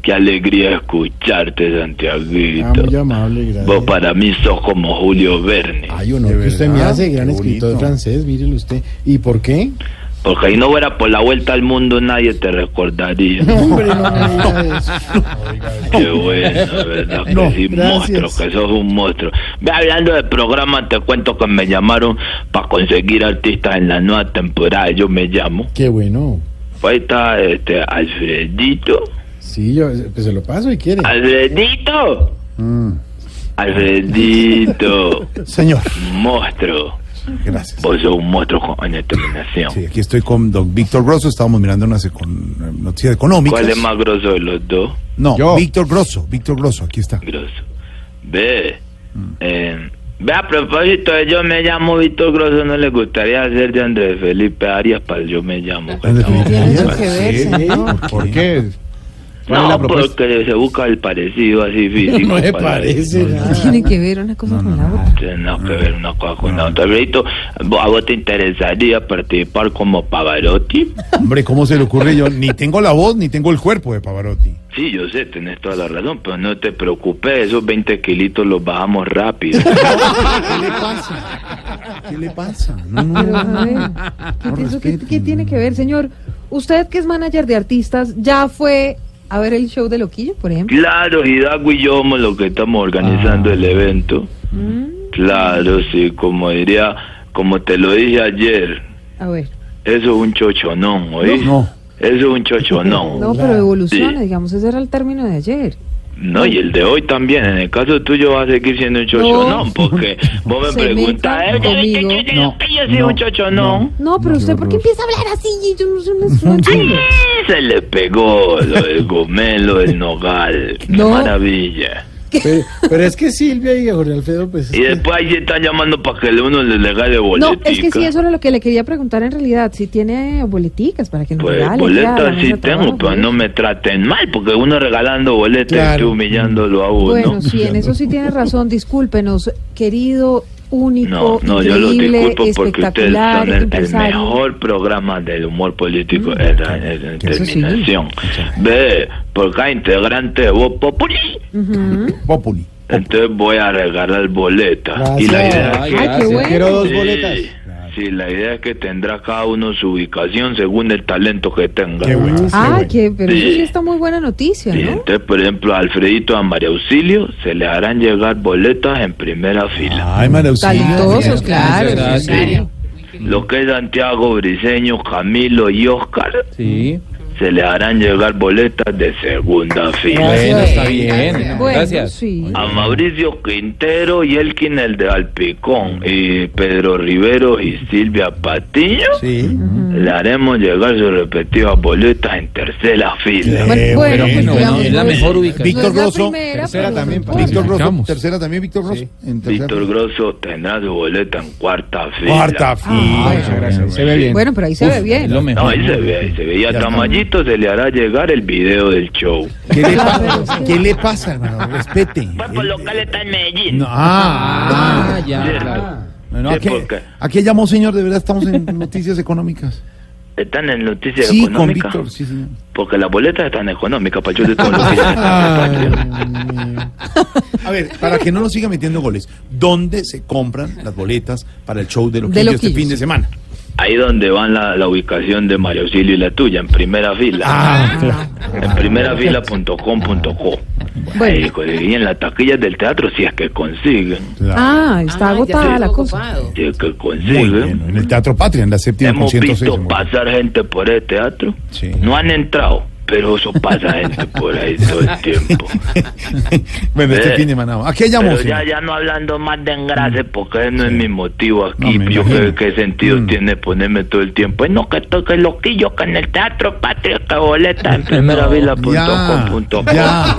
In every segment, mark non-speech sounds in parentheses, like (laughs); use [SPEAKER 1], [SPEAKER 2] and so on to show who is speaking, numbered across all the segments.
[SPEAKER 1] Qué alegría escucharte,
[SPEAKER 2] ah, muy
[SPEAKER 1] Santiaguito.
[SPEAKER 2] amable, gracias.
[SPEAKER 1] Vos para mí sos como Julio Verne.
[SPEAKER 2] Ay, uno que usted me hace, gran escritor francés, mírelo usted. ¿Y por qué? (laughs)
[SPEAKER 1] Porque ahí no fuera por la vuelta al mundo nadie te recordaría.
[SPEAKER 2] Hombre, no me diga eso.
[SPEAKER 1] Qué bueno, de ¿verdad? Que
[SPEAKER 2] No,
[SPEAKER 1] sí,
[SPEAKER 2] gracias.
[SPEAKER 1] monstruo, que sos un monstruo. Ve hablando de programa, te cuento que me llamaron para conseguir artistas en la nueva temporada. Yo me llamo.
[SPEAKER 2] Qué bueno.
[SPEAKER 1] Pues ahí está este,
[SPEAKER 2] (laughs)
[SPEAKER 1] Alfredito.
[SPEAKER 2] Sí, yo pues se lo paso y quiere.
[SPEAKER 1] ¡Alfredito!
[SPEAKER 2] Mm.
[SPEAKER 1] Alfredito,
[SPEAKER 3] Señor,
[SPEAKER 1] monstruo.
[SPEAKER 3] gracias.
[SPEAKER 1] Vos sos un monstruo con determinación.
[SPEAKER 3] Sí, aquí estoy con don Víctor Grosso. Estábamos mirando unas econ- eh, noticias económicas.
[SPEAKER 1] ¿Cuál es más grosso de los dos?
[SPEAKER 3] No,
[SPEAKER 2] Yo.
[SPEAKER 3] Víctor Grosso. Víctor Grosso, aquí está.
[SPEAKER 1] Grosso. Ve.
[SPEAKER 3] Mm.
[SPEAKER 1] eh, ve, a propósito, de yo me llamo Víctor Grosso. ¿No le gustaría hacer de Andrés Felipe Arias para el yo me llamo?
[SPEAKER 3] En definitiva.
[SPEAKER 4] Tiene que ver,
[SPEAKER 3] Sí,
[SPEAKER 4] señor.
[SPEAKER 3] ¿Por qué? ¿Cuál es
[SPEAKER 1] No,
[SPEAKER 3] la propuesta?
[SPEAKER 1] porque se busca el parecido
[SPEAKER 3] (laughs)
[SPEAKER 1] así físico.
[SPEAKER 2] No me
[SPEAKER 1] para-
[SPEAKER 2] parece nada.
[SPEAKER 4] Tiene que ver una cosa con la (laughs) otra.
[SPEAKER 1] Tiene
[SPEAKER 3] Ah.
[SPEAKER 1] nada que ver una cosa con la otra. Alfredito, ¿vo- ¿a vos te interesaría participar como Pavarotti?
[SPEAKER 3] Hombre, ¿cómo se le ocurre yo? Ni tengo la voz, ni tengo el cuerpo de Pavarotti.
[SPEAKER 1] Sí, yo sé, tenés toda la razón, pero no te preocupes, esos 20 kilitos los bajamos
[SPEAKER 3] (laughs)
[SPEAKER 1] rápido.
[SPEAKER 3] ¿Qué le pasa? ¿Qué le pasa? No, no,
[SPEAKER 4] Pero,
[SPEAKER 3] no.
[SPEAKER 4] a ver, ¿qué,
[SPEAKER 3] No
[SPEAKER 4] te- eso qué-
[SPEAKER 3] respeten.
[SPEAKER 4] qué tiene que ver, señor? Usted que es manager de artistas, ¿ya fue a ver el show de Loquillo, por ejemplo?
[SPEAKER 1] Claro, Hidalgo y yo somos los que estamos organizando
[SPEAKER 3] Ah.
[SPEAKER 1] el evento.
[SPEAKER 4] Mm.
[SPEAKER 1] Claro, sí, como diría, como te lo dije ayer,
[SPEAKER 4] A ver.
[SPEAKER 1] eso es un chochonón, ¿oí?
[SPEAKER 3] No.
[SPEAKER 1] Eso es un chochonón.
[SPEAKER 4] (laughs)
[SPEAKER 1] No.
[SPEAKER 4] No, pero evoluciona,
[SPEAKER 1] Sí.
[SPEAKER 4] digamos, ese era el término de ayer.
[SPEAKER 1] y el de hoy también, en el caso tuyo va a seguir siendo un chochonón,
[SPEAKER 4] No. (laughs)
[SPEAKER 1] porque vos me
[SPEAKER 4] Se
[SPEAKER 1] preguntas,
[SPEAKER 4] metan
[SPEAKER 1] "Eh, yo- yo- yo-
[SPEAKER 4] conmigo".
[SPEAKER 1] yo- yo- yo soy
[SPEAKER 3] No,
[SPEAKER 1] un chochonón.
[SPEAKER 4] No, pero usted, ¿por qué empieza a hablar así? Yo no, sé, (laughs) no- no entiendo.
[SPEAKER 1] Eh, Se le pegó lo del gomelo, el nogal. Qué
[SPEAKER 4] No.
[SPEAKER 1] maravilla.
[SPEAKER 2] Pero, pero es que Silvia y Jorge Alfredo, pues.
[SPEAKER 1] Y después ahí se están llamando para que uno le regale
[SPEAKER 4] No,
[SPEAKER 1] boletica.
[SPEAKER 4] es que sí, eso era lo que le quería preguntar en realidad. Si tiene boleticas para que nos
[SPEAKER 1] Pues
[SPEAKER 4] regale.
[SPEAKER 1] boletas
[SPEAKER 4] claro,
[SPEAKER 1] sí
[SPEAKER 4] vamos ¿eh? a
[SPEAKER 1] tengo,
[SPEAKER 4] trabajar,
[SPEAKER 1] pero no me traten mal, porque uno regalando boletas
[SPEAKER 2] Claro.
[SPEAKER 1] estoy humillándolo a uno.
[SPEAKER 4] Bueno,
[SPEAKER 1] (laughs)
[SPEAKER 4] sí, en eso sí tiene razón. Discúlpenos, querido,
[SPEAKER 1] no,
[SPEAKER 4] único,
[SPEAKER 1] no, yo los
[SPEAKER 4] increíble,
[SPEAKER 1] disculpo porque ustedes
[SPEAKER 4] espectacular,
[SPEAKER 1] son el- el,
[SPEAKER 4] empresario. Mm.
[SPEAKER 1] mejor programa del humor político en, en- en
[SPEAKER 4] Eso sí.
[SPEAKER 1] terminación. Ve, porque hay integrante de Voz Populi,
[SPEAKER 3] Populi.
[SPEAKER 1] entonces voy a regalar boletas. Y la idea es
[SPEAKER 2] Ah, Ay,
[SPEAKER 1] que
[SPEAKER 4] Ay, qué bueno.
[SPEAKER 2] Quiero dos
[SPEAKER 1] Sí,
[SPEAKER 2] boletas.
[SPEAKER 1] Sí, la idea es que tendrá cada uno su ubicación según el talento que tenga.
[SPEAKER 3] Qué bueno. qué
[SPEAKER 4] Ah,
[SPEAKER 3] bueno.
[SPEAKER 4] que, pero eso
[SPEAKER 1] Sí.
[SPEAKER 4] sí está muy buena noticia,
[SPEAKER 1] Sí,
[SPEAKER 4] ¿no?
[SPEAKER 1] entonces, por ejemplo, a Alfredito a María Auxilio se le harán llegar boletas en
[SPEAKER 5] Ah,
[SPEAKER 1] primera fila.
[SPEAKER 3] Ay, María Auxilio.
[SPEAKER 4] Talentosos, claro.
[SPEAKER 1] Sí. Lo que es Santiago Briseño, Camilo y Oscar,
[SPEAKER 5] Sí.
[SPEAKER 1] se le harán llegar boletas de segunda fila.
[SPEAKER 5] Bueno, está bien.
[SPEAKER 4] Bueno,
[SPEAKER 5] Gracias.
[SPEAKER 4] sí.
[SPEAKER 1] A Mauricio Quintero y Elkin el de Alpicón y Pedro Rivero y Silvia Patiño
[SPEAKER 3] Sí.
[SPEAKER 1] le haremos llegar sus respectivas boletas en tercera fila.
[SPEAKER 3] Bueno,
[SPEAKER 4] Bueno,
[SPEAKER 3] bueno,
[SPEAKER 4] pues
[SPEAKER 3] bueno,
[SPEAKER 4] digamos,
[SPEAKER 5] es la
[SPEAKER 4] no
[SPEAKER 5] mejor
[SPEAKER 4] no
[SPEAKER 5] ubicación.
[SPEAKER 4] es
[SPEAKER 3] Víctor
[SPEAKER 4] la
[SPEAKER 3] Grosso.
[SPEAKER 4] primera,
[SPEAKER 2] tercera
[SPEAKER 4] pero no
[SPEAKER 2] también,
[SPEAKER 4] importa.
[SPEAKER 3] Víctor Grosso.
[SPEAKER 5] Aplicamos.
[SPEAKER 3] Tercera también, Víctor Grosso. En tercera
[SPEAKER 1] Víctor Grosso tendrá su boleta en cuarta fila.
[SPEAKER 3] Cuarta
[SPEAKER 5] Ah,
[SPEAKER 3] fila.
[SPEAKER 2] Muchas gracias. Se ve bien.
[SPEAKER 4] Bueno, pero ahí se ve
[SPEAKER 5] Es
[SPEAKER 4] bien.
[SPEAKER 5] lo
[SPEAKER 1] No,
[SPEAKER 5] mejor.
[SPEAKER 1] ahí se ve, ahí se ve. Y a
[SPEAKER 3] Ya está.
[SPEAKER 1] Tamayito se le hará llegar el video del show.
[SPEAKER 3] ¿Qué le
[SPEAKER 4] Claro,
[SPEAKER 3] pasa?
[SPEAKER 4] sí.
[SPEAKER 3] ¿Qué le pasa, hermano? Respete.
[SPEAKER 1] está en Medellín.
[SPEAKER 3] No, ah,
[SPEAKER 5] Ah, ya,
[SPEAKER 1] Cierto.
[SPEAKER 5] claro.
[SPEAKER 3] Bueno,
[SPEAKER 1] Sí,
[SPEAKER 3] ¿a, qué,
[SPEAKER 1] porque-
[SPEAKER 3] a qué llamó, señor? De verdad, estamos en noticias económicas.
[SPEAKER 1] Están en noticias
[SPEAKER 3] Sí, con
[SPEAKER 1] económicas.
[SPEAKER 3] Víctor. Sí, señor.
[SPEAKER 1] Porque las boletas están económicas, para de todo lo que
[SPEAKER 3] (laughs)
[SPEAKER 1] ya está en la patria.
[SPEAKER 3] A ver, para que no nos siga metiendo goles, ¿dónde se compran las boletas para el show de Loquillo, este
[SPEAKER 4] Loquillo,
[SPEAKER 3] fin de
[SPEAKER 4] sí.
[SPEAKER 3] semana?
[SPEAKER 1] Ahí donde van la, la ubicación de Mario Silio y la tuya, en primera fila.
[SPEAKER 3] Ah,
[SPEAKER 1] En primera fila.com.co.
[SPEAKER 4] Bueno.
[SPEAKER 1] pues, Y en las taquillas del teatro, si es que consiguen.
[SPEAKER 4] Ah, está agotada la cosa.
[SPEAKER 1] Si es que
[SPEAKER 3] Muy
[SPEAKER 1] consiguen.
[SPEAKER 3] bien, en el Teatro Patria, en la séptima con
[SPEAKER 1] ¿eh? Hemos
[SPEAKER 3] 106.
[SPEAKER 1] visto
[SPEAKER 3] amor.
[SPEAKER 1] pasar gente por el teatro.
[SPEAKER 3] Sí.
[SPEAKER 1] No han entrado. pero eso pasa gente por ahí todo
[SPEAKER 3] (laughs)
[SPEAKER 1] el tiempo.
[SPEAKER 3] bueno, este
[SPEAKER 1] Eh,
[SPEAKER 3] fin de semana. ¿A qué llamó?
[SPEAKER 1] Pero ya,
[SPEAKER 3] señor?
[SPEAKER 1] ya no hablando más de engrase, porque ese no es mi motivo aquí.
[SPEAKER 3] Mm. No, me
[SPEAKER 1] yo
[SPEAKER 3] imagino.
[SPEAKER 1] creo que qué sentido
[SPEAKER 3] Mm.
[SPEAKER 1] tiene ponerme todo el tiempo. Eh, No, que toque loquillo, que en el Teatro Patria, que boleta en primera vila punto com punto com.
[SPEAKER 3] ya.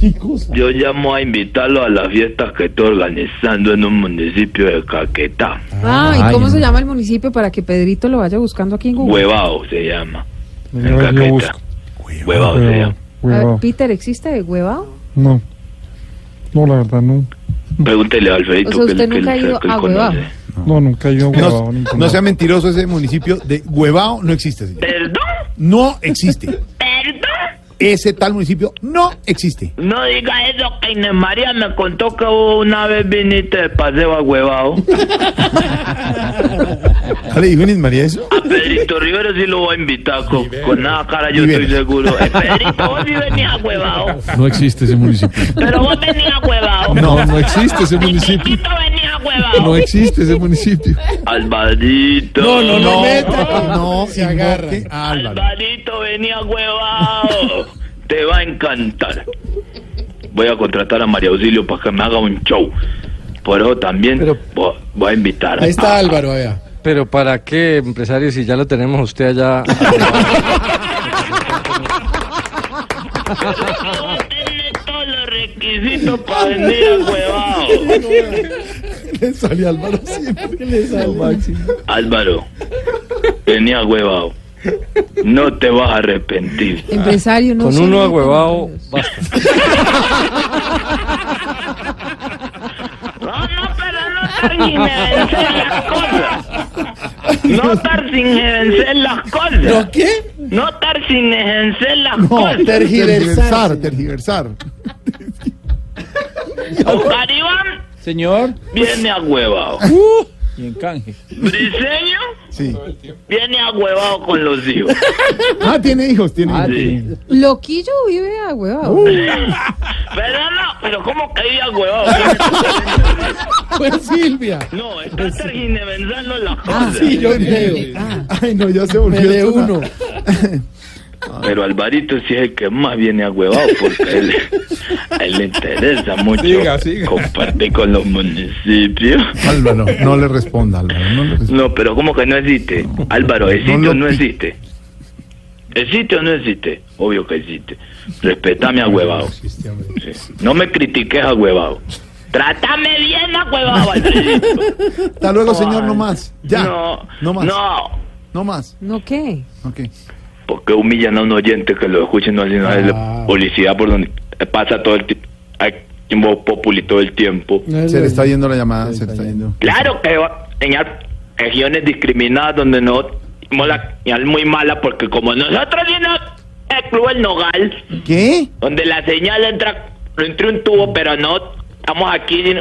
[SPEAKER 3] ¿Qué cosa?
[SPEAKER 1] Yo llamo a invitarlo a la fiesta que estoy organizando en un municipio de Caquetá.
[SPEAKER 4] Ah, ¿y cómo
[SPEAKER 3] Ay,
[SPEAKER 4] se
[SPEAKER 3] no.
[SPEAKER 4] llama el municipio para que Pedrito lo vaya buscando aquí en Google?
[SPEAKER 1] Huevao se llama.
[SPEAKER 5] Yo
[SPEAKER 1] En
[SPEAKER 5] lo
[SPEAKER 1] Caquetá.
[SPEAKER 5] busco.
[SPEAKER 1] Huevao se llama.
[SPEAKER 4] A ver,
[SPEAKER 5] Huevado.
[SPEAKER 4] Peter, ¿existe de huevado?
[SPEAKER 5] No. No, la verdad, no.
[SPEAKER 1] Pregúntele a
[SPEAKER 4] O
[SPEAKER 1] Alfredito
[SPEAKER 4] sea,
[SPEAKER 1] que
[SPEAKER 4] usted
[SPEAKER 1] que-
[SPEAKER 4] nunca ha
[SPEAKER 1] que-
[SPEAKER 4] ido
[SPEAKER 1] que
[SPEAKER 4] a
[SPEAKER 1] conoce.
[SPEAKER 4] Huevao.
[SPEAKER 5] No, nunca he ido a Huevado.
[SPEAKER 3] No,
[SPEAKER 5] ni
[SPEAKER 3] no
[SPEAKER 5] tampoco.
[SPEAKER 3] sea mentiroso, ese municipio de Huevao no existe, señor.
[SPEAKER 1] ¿Perdón?
[SPEAKER 3] No existe.
[SPEAKER 1] ¿Perdón?
[SPEAKER 3] Ese tal municipio no existe.
[SPEAKER 1] No diga eso que Inés María me contó que vos una vez viniste de paseo a Huevao. (laughs)
[SPEAKER 3] ¿Ya le dijo Inés María eso?
[SPEAKER 1] A Pedrito Rivero sí lo voy a invitar, con, con nada cara yo
[SPEAKER 3] Rivero.
[SPEAKER 1] estoy seguro. (laughs) Eh, Pedrito, vos sí venís a Huevao.
[SPEAKER 6] No existe ese municipio.
[SPEAKER 1] Pero vos venís a Huevao.
[SPEAKER 6] No, no existe ese
[SPEAKER 1] Mi
[SPEAKER 6] municipio.
[SPEAKER 1] chiquito venía a Huevao.
[SPEAKER 6] No existe ese municipio.
[SPEAKER 1] Alvarito.
[SPEAKER 3] No, no,
[SPEAKER 2] Se agarra.
[SPEAKER 3] invoque a Álvaro.
[SPEAKER 1] Alvarito venía huevado. Te va a encantar. Voy a contratar a María Auxilio para que me haga un show. Por eso también
[SPEAKER 7] Pero-
[SPEAKER 1] vo- voy a invitar.
[SPEAKER 2] Ahí está
[SPEAKER 1] a-
[SPEAKER 2] Álvaro, allá.
[SPEAKER 7] Pero ¿para qué, empresario, si ya lo tenemos a usted allá?
[SPEAKER 1] Voy a tener Ah, todos los requisitos para venir a huevado.
[SPEAKER 3] Le sale Álvaro siempre. Le sale.
[SPEAKER 1] Álvaro, venía huevado. No te vas a arrepentir.
[SPEAKER 4] Empresario, no
[SPEAKER 7] Ah, Con
[SPEAKER 4] sé,
[SPEAKER 7] uno
[SPEAKER 4] no,
[SPEAKER 7] a huevado,
[SPEAKER 4] no, no,
[SPEAKER 7] basta.
[SPEAKER 1] No, no, pero no termine de vencer las cosas. No estar sin vencer las cosas.
[SPEAKER 2] ¿Lo qué?
[SPEAKER 1] No estar sin vencer las
[SPEAKER 3] No,
[SPEAKER 1] cosas.
[SPEAKER 3] tergiversar, tergiversar.
[SPEAKER 1] Oscar Iván
[SPEAKER 7] Señor,
[SPEAKER 1] viene a huevado.
[SPEAKER 7] y en canje.
[SPEAKER 1] Briseño
[SPEAKER 3] Sí.
[SPEAKER 1] viene a huevado con los hijos.
[SPEAKER 3] Ah, tiene hijos, tiene hijos.
[SPEAKER 1] Sí.
[SPEAKER 4] Loquillo vive a huevado.
[SPEAKER 3] Uh.
[SPEAKER 1] Pero no, pero ¿cómo que vive a huevado?
[SPEAKER 2] Pues Silvia.
[SPEAKER 1] No, está tergiversando las
[SPEAKER 2] Ah,
[SPEAKER 1] cosas.
[SPEAKER 2] sí, yo creo.
[SPEAKER 3] Ay, no, ya se
[SPEAKER 2] Me
[SPEAKER 3] volvió.
[SPEAKER 2] de
[SPEAKER 3] esto una-
[SPEAKER 2] uno.
[SPEAKER 1] Pero Alvarito sí es el que más viene a huevado porque a él, a él le interesa mucho
[SPEAKER 6] Siga, siga.
[SPEAKER 1] compartir con los municipios.
[SPEAKER 3] Álvaro, no le responda, Álvaro, no le responda.
[SPEAKER 1] No, pero ¿cómo que no existe? Álvaro, ¿existe
[SPEAKER 3] No lo
[SPEAKER 1] o no
[SPEAKER 3] pi-
[SPEAKER 1] existe? ¿Existe o no existe? Obvio que existe. Respetame a huevado. No me critiques a huevado. Trátame bien a
[SPEAKER 3] (laughs)
[SPEAKER 1] huevado, Alfredito.
[SPEAKER 3] Hasta luego, señor, no más. Ya.
[SPEAKER 1] No,
[SPEAKER 3] No más.
[SPEAKER 1] No,
[SPEAKER 3] No más.
[SPEAKER 4] ¿No qué?
[SPEAKER 3] Ok.
[SPEAKER 1] porque humillan a un oyente que lo escuche no haciendo
[SPEAKER 2] Ah.
[SPEAKER 1] publicidad por donde pasa todo el tiempo. Populi todo el tiempo.
[SPEAKER 3] Se le está yendo la llamada, se le está yendo.
[SPEAKER 1] Claro que va a enseñar regiones discriminadas donde no tenemos la señal muy mala porque como nosotros tenemos el club El Nogal,
[SPEAKER 3] ¿Qué?
[SPEAKER 1] donde la señal entra entre un tubo, pero no estamos aquí sin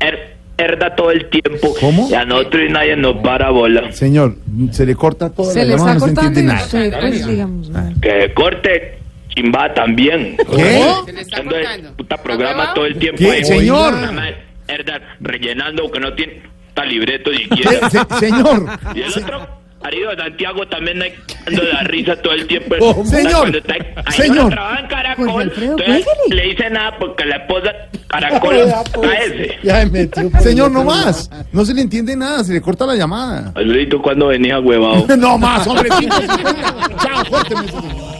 [SPEAKER 1] her- herda todo el tiempo.
[SPEAKER 3] ¿Cómo?
[SPEAKER 1] Y a nosotros y nadie nos para bola.
[SPEAKER 3] Señor, se le corta toda
[SPEAKER 4] Se
[SPEAKER 3] la
[SPEAKER 4] le
[SPEAKER 3] llamada, no
[SPEAKER 4] está
[SPEAKER 3] se entiende
[SPEAKER 4] cortando y
[SPEAKER 3] nada.
[SPEAKER 4] usted, pues, digamos, no.
[SPEAKER 1] Que corte chimba también.
[SPEAKER 3] ¿Qué?
[SPEAKER 1] Entonces, puta programa todo el tiempo.
[SPEAKER 3] ¿Qué,
[SPEAKER 1] ahí,
[SPEAKER 3] señor?
[SPEAKER 1] nada más Herda rellenando que no tiene ta libreto ni
[SPEAKER 3] ¿Qué?
[SPEAKER 1] siquiera.
[SPEAKER 3] Se- señor,
[SPEAKER 1] Y el
[SPEAKER 3] se-
[SPEAKER 1] otro, marido de Santiago, también hay dando la risa todo el tiempo.
[SPEAKER 3] Oh,
[SPEAKER 1] Está-
[SPEAKER 3] señor,
[SPEAKER 1] cuando está- ahí
[SPEAKER 3] señor.
[SPEAKER 1] cuando trabaja en Caracol,
[SPEAKER 4] Jorge Alfredo,
[SPEAKER 1] entonces
[SPEAKER 4] cuélguele.
[SPEAKER 1] le dice nada porque la esposa
[SPEAKER 3] (laughs)
[SPEAKER 1] Caracol a ese.
[SPEAKER 2] Ya me metió. por
[SPEAKER 3] señor,
[SPEAKER 2] el
[SPEAKER 3] no
[SPEAKER 2] otro
[SPEAKER 3] más. No se le entiende nada, se le corta la llamada. (laughs)
[SPEAKER 1] Alfredito, ¿cuándo venís a huevado?
[SPEAKER 3] No más, hombre. cinco, cinco. Chao, córteme.